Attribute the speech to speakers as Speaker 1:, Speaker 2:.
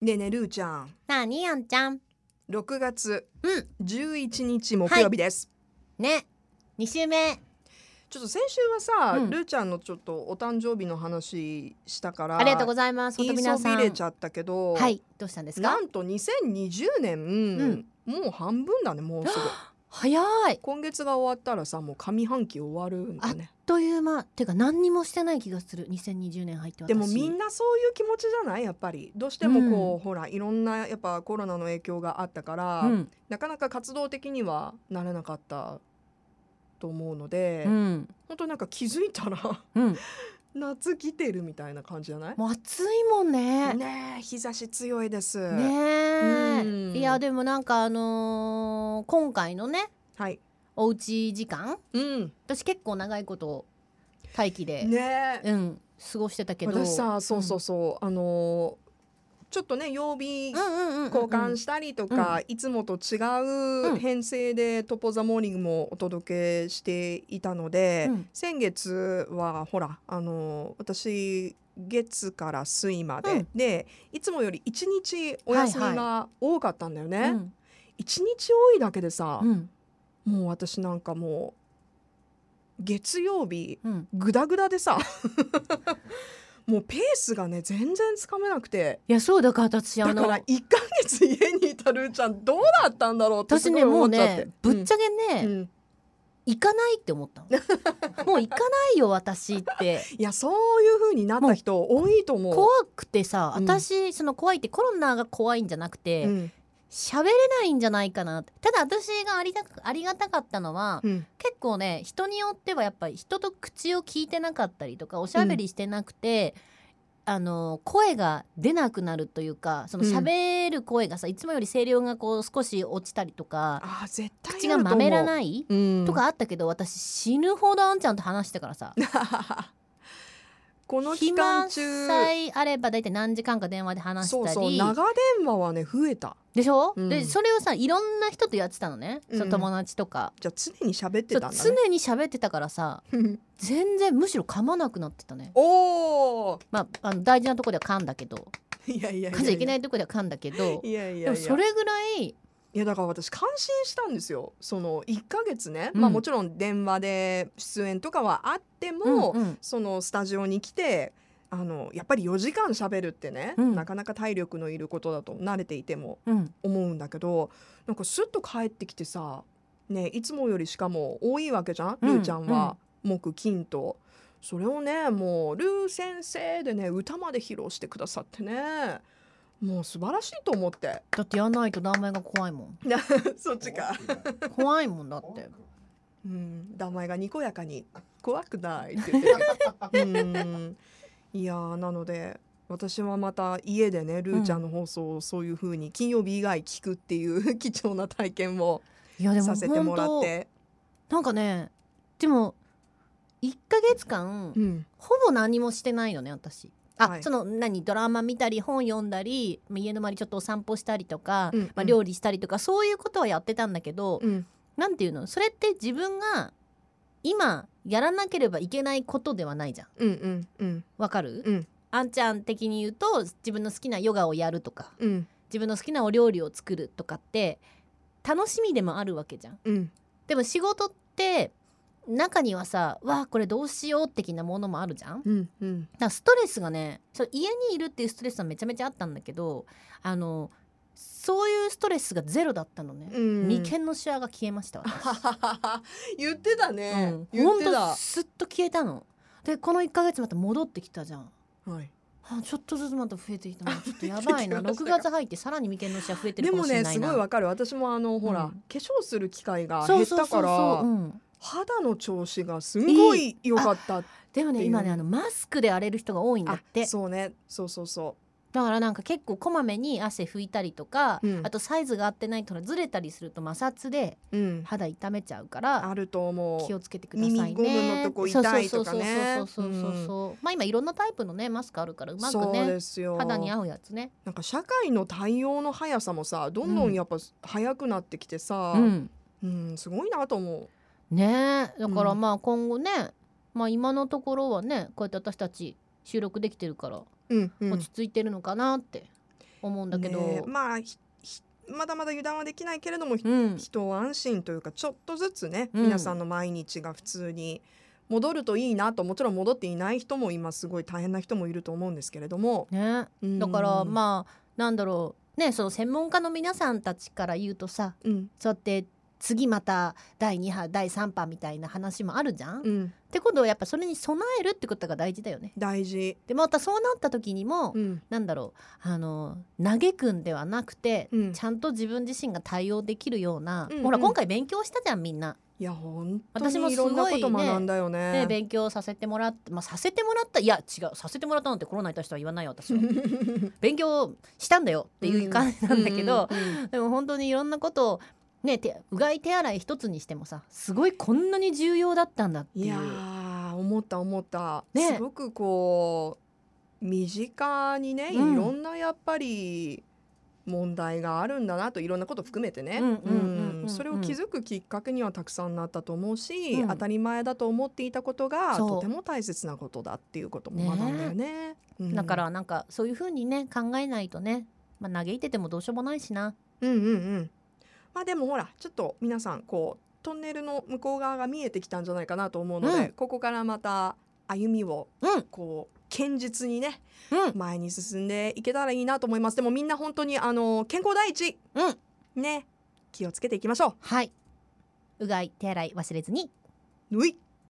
Speaker 1: ねえねえるーちゃん
Speaker 2: なあにあんちゃん
Speaker 1: 6月
Speaker 2: うん
Speaker 1: 11日木曜日です、
Speaker 2: ね二週目
Speaker 1: ちょっと先週はさ、
Speaker 2: うん
Speaker 1: るーちゃんのちょっとお誕生日の話したから
Speaker 2: ありがとうご
Speaker 1: ざい
Speaker 2: ざいます本当皆さん
Speaker 1: 言いそびれちゃったけど、
Speaker 2: はいどうしたんですか
Speaker 1: なんと2020年、もう半分だねもう すぐ
Speaker 2: 早い
Speaker 1: 今月が終わったらさもう上半期終わるんだね
Speaker 2: という間てか何にもしてない気がする2020年入って私
Speaker 1: でもみんなそういう気持ちじゃないやっぱりどうしてもこう、ほらいろんなやっぱコロナの影響があったから、
Speaker 2: うん
Speaker 1: なかなか活動的にはなれなかったと思うので、
Speaker 2: うん
Speaker 1: 本当なんか気づいたら
Speaker 2: うん
Speaker 1: 夏来てるみたいな感じじゃない
Speaker 2: もう暑いもんねね
Speaker 1: ねえ日差し強いです。
Speaker 2: え
Speaker 1: うん
Speaker 2: いやでもなんかあのー今回のね
Speaker 1: はい。
Speaker 2: おうち時間
Speaker 1: うん。
Speaker 2: 私結構長いこと待機で、
Speaker 1: ねえ。
Speaker 2: うん過ごしてたけど
Speaker 1: 私さそうそうそう、あのーちょっとね曜日
Speaker 2: うんうんうんうんうん
Speaker 1: 交換したりとか、いつもと違ううん編成で「トポ・ザ・モーニング」もお届けしていたので、
Speaker 2: うん
Speaker 1: 先月はほらあの私月から水まで、
Speaker 2: うん
Speaker 1: でいつもより1日お休み
Speaker 2: はい
Speaker 1: が多かったんだよね。
Speaker 2: う
Speaker 1: 一
Speaker 2: ん
Speaker 1: 1日多いだけでさ
Speaker 2: う、ん
Speaker 1: もう私なんかもう月曜日
Speaker 2: うん
Speaker 1: グダグダで さもうペースがね全然つかめなくて。
Speaker 2: いやそうだから私あ
Speaker 1: だ
Speaker 2: の
Speaker 1: から1ヶ月家にいたるーちゃんどうだったんだろうってす
Speaker 2: 私
Speaker 1: ごい
Speaker 2: ねも
Speaker 1: 思
Speaker 2: う
Speaker 1: っちゃって
Speaker 2: ねぶっちゃけね、
Speaker 1: うんうん
Speaker 2: 行かないって 思ったのもう行かないよ私って
Speaker 1: いや そういう風になった人多いと思う
Speaker 2: 怖くてさ
Speaker 1: うん
Speaker 2: 私、その怖いってコロナが怖いんじゃなくて
Speaker 1: うん
Speaker 2: 喋、れないんじゃないかなってただ私がありたありがたかったのは、
Speaker 1: うん
Speaker 2: 結構ね人によってはやっぱり人と口を聞いてなかったりとかおしゃべりしてなくて、あの声が出なくなるというかその
Speaker 1: うん
Speaker 2: 喋る声がさ、いつもより声量がこう少し落ちたりとか
Speaker 1: あー絶対
Speaker 2: 口がまめら
Speaker 1: い、
Speaker 2: ない
Speaker 1: うん、
Speaker 2: とかあったけど私死ぬほどあんちゃんと話してからさ
Speaker 1: この期間
Speaker 2: 暇
Speaker 1: 中
Speaker 2: さえあれば大体何時間か電話で話
Speaker 1: そ
Speaker 2: し
Speaker 1: う
Speaker 2: たり
Speaker 1: そう長電話はね増えた
Speaker 2: でしょ、
Speaker 1: うん
Speaker 2: でそれをさいろんな人とやってたのね、
Speaker 1: うん
Speaker 2: その友達とか
Speaker 1: じゃあ常に喋って
Speaker 2: そう
Speaker 1: たんだね
Speaker 2: 常に喋ってたからさ全然むしろ噛まなくなってたね、
Speaker 1: おー
Speaker 2: まあ、あの大事なとこでは噛んだけど
Speaker 1: いやいやいや
Speaker 2: 噛んじゃいけないいとこでは噛んだけど
Speaker 1: いやいやい
Speaker 2: で
Speaker 1: や
Speaker 2: もそれぐらい
Speaker 1: いやだから私感心したんですよその1ヶ月ね、
Speaker 2: うん
Speaker 1: まあもちろん電話で出演とかはあっても、
Speaker 2: うんうん
Speaker 1: そのスタジオに来てあのやっぱり4時間しゃべるってね、
Speaker 2: うん
Speaker 1: なかなか体力のいることだと慣れていても
Speaker 2: うん
Speaker 1: 思うんだけどなんかスッと帰ってきてさ、ね、いつもよりしかも多いわけじゃん、
Speaker 2: うん
Speaker 1: ルーちゃんは、木金と。それをねもうルー先生でね歌まで披露してくださってねもう素晴らしいと思って
Speaker 2: だってやんないと名前が怖いもん
Speaker 1: そっちか、
Speaker 2: 怖いもんだって
Speaker 1: うん、名前がにこやかに怖くないって言って たけどうんいやーなので私はまた家でねルーちゃんの放送をそういう風に金曜日以外聞くっていう 貴重な体験を
Speaker 2: いやでも
Speaker 1: させてもらっ
Speaker 2: 本当
Speaker 1: て、
Speaker 2: なんかねでも1ヶ月間
Speaker 1: うん、
Speaker 2: ほぼ何もしてないのね私あ、
Speaker 1: はい
Speaker 2: その何ドラマ見たり本読んだりまあ家の周りちょっとお散歩したりとか、
Speaker 1: うん
Speaker 2: まあ、
Speaker 1: うん
Speaker 2: 料理したりとかそういうことはやってたんだけど、
Speaker 1: うん
Speaker 2: なんていうのそれって自分が今やらなければいけないことではないじゃん
Speaker 1: うんうんうん
Speaker 2: わかる、
Speaker 1: うん
Speaker 2: あんちゃん的に言うと自分の好きなヨガをやるとか
Speaker 1: うん
Speaker 2: 自分の好きなお料理を作るとかって楽しみでもあるわけじゃん
Speaker 1: うん
Speaker 2: でも仕事って中にはさわあこれどうしよう的なものもあるじゃん
Speaker 1: うんうん
Speaker 2: だからストレスがねそう家にいるっていうストレスはめちゃめちゃあったんだけどあのそういうストレスがゼロだったのね、
Speaker 1: うん
Speaker 2: 眉間のシワが消えました私、
Speaker 1: 言ってた
Speaker 2: う
Speaker 1: ね、
Speaker 2: ん、
Speaker 1: 言っ
Speaker 2: ほん
Speaker 1: て
Speaker 2: と
Speaker 1: た、
Speaker 2: すっと消えたのでこの1ヶ月また戻ってきたじゃん
Speaker 1: はい、
Speaker 2: あちょっとずつまた増えてきたなちょっとやばいな
Speaker 1: 増えてきました
Speaker 2: 6
Speaker 1: か
Speaker 2: 月入ってさらに眉間のシワ増えて
Speaker 1: で
Speaker 2: るかも
Speaker 1: も
Speaker 2: しれ
Speaker 1: ね
Speaker 2: ない
Speaker 1: す
Speaker 2: な
Speaker 1: ごいわかる私もあのほら、
Speaker 2: うん
Speaker 1: 化粧する機会が
Speaker 2: そ
Speaker 1: 減
Speaker 2: う
Speaker 1: っ
Speaker 2: そう
Speaker 1: たか
Speaker 2: そうそう、う
Speaker 1: ら
Speaker 2: ん、
Speaker 1: 肌の調子がすんごい良かったって
Speaker 2: でも
Speaker 1: って
Speaker 2: ね
Speaker 1: いう
Speaker 2: 今ねあのマスクで荒れる人が多いんだって
Speaker 1: そうねそうそうそ
Speaker 2: だからなんか結構こまめに汗拭いたりとか、
Speaker 1: うん
Speaker 2: あとサイズが合ってないとほらずれたりすると摩擦で
Speaker 1: ううん
Speaker 2: 肌痛めちゃうから
Speaker 1: あると思
Speaker 2: 気
Speaker 1: う
Speaker 2: をつけてくださいね
Speaker 1: 耳ゴムのとこ痛いとかね
Speaker 2: そうそうそうそうそうそう、まあ今いろんなタイプのねマスクあるからうまく
Speaker 1: そう
Speaker 2: ね
Speaker 1: ですよ
Speaker 2: 肌に合うやつね
Speaker 1: なんか社会の対応の速さもさどんどんやっぱ速くなってきてさ、うん
Speaker 2: ん
Speaker 1: すごいなと思
Speaker 2: ねえだから
Speaker 1: うん
Speaker 2: まあ今後ね、まあ今のところはねこうやって私たち収録できてるから
Speaker 1: う、うんうん
Speaker 2: 落ち着いてるのかなって思うんだけど、
Speaker 1: ねまあひひまだまだ油断はできないけれども、
Speaker 2: うん
Speaker 1: 人を安心というかちょっとずつね、
Speaker 2: うん
Speaker 1: 皆さんの毎日が普通に戻るといいなともちろん戻っていない人も今すごい大変な人もいると思うんですけれども、
Speaker 2: ねだから
Speaker 1: あ、
Speaker 2: まあなんだろうねその専門家の皆さんたちから言うとさ
Speaker 1: うん
Speaker 2: そうやって次また第2波第3波みたいな話もあるじゃん。
Speaker 1: う
Speaker 2: っ
Speaker 1: ん、
Speaker 2: てことはやっぱそれに備えるってことが大事だよね。
Speaker 1: 大事、
Speaker 2: でまたそうなった時にも、
Speaker 1: うん
Speaker 2: なんだろうあの嘆くんではなくて、
Speaker 1: うん
Speaker 2: ちゃんと自分自身が対応できるような、
Speaker 1: うんうん
Speaker 2: ほら今回勉強したじゃんみんな、
Speaker 1: いや本当
Speaker 2: 私も
Speaker 1: にい
Speaker 2: すご
Speaker 1: ろ
Speaker 2: い
Speaker 1: んなこと学んだよ
Speaker 2: ね
Speaker 1: ね。
Speaker 2: 勉強させてもらって、まあ、させてもらったいや違うさせてもらったなんてコロナに対しては言わないよ私は 勉強したんだよっていう感じなんだけど、
Speaker 1: うんうん
Speaker 2: でも本当にいろんなことをね手うがい手洗い一つにしてもさすごいこんなに重要だったんだって
Speaker 1: い
Speaker 2: いう
Speaker 1: やー思った思った、
Speaker 2: ね
Speaker 1: すごくこう身近にね、
Speaker 2: うん
Speaker 1: いろんなやっぱり問題があるんだなといろんなこと含めてね
Speaker 2: うんうんうんうんうん
Speaker 1: うんそれを気づくきっかけにはたくさんなったと思うし、
Speaker 2: うん
Speaker 1: 当たり前だと思っていたことが
Speaker 2: そう
Speaker 1: とても大切なことだっていうことも学んだよね。うん
Speaker 2: だからなんかそういう風にね考えないとね、まあ、嘆いててもどうしようもないしな。
Speaker 1: うんうんうんまあでもほらちょっと皆さんこうトンネルの向こう側が見えてきたんじゃないかなと思うので、
Speaker 2: うん
Speaker 1: ここからまた歩みを
Speaker 2: うん、
Speaker 1: こう堅実にね
Speaker 2: うん、
Speaker 1: 前に進んでいけたらいいなと思いますでもみんな本当にあの健康第一、ね気をつけていきましょ
Speaker 2: はいうがい手洗い忘れずに
Speaker 1: ううい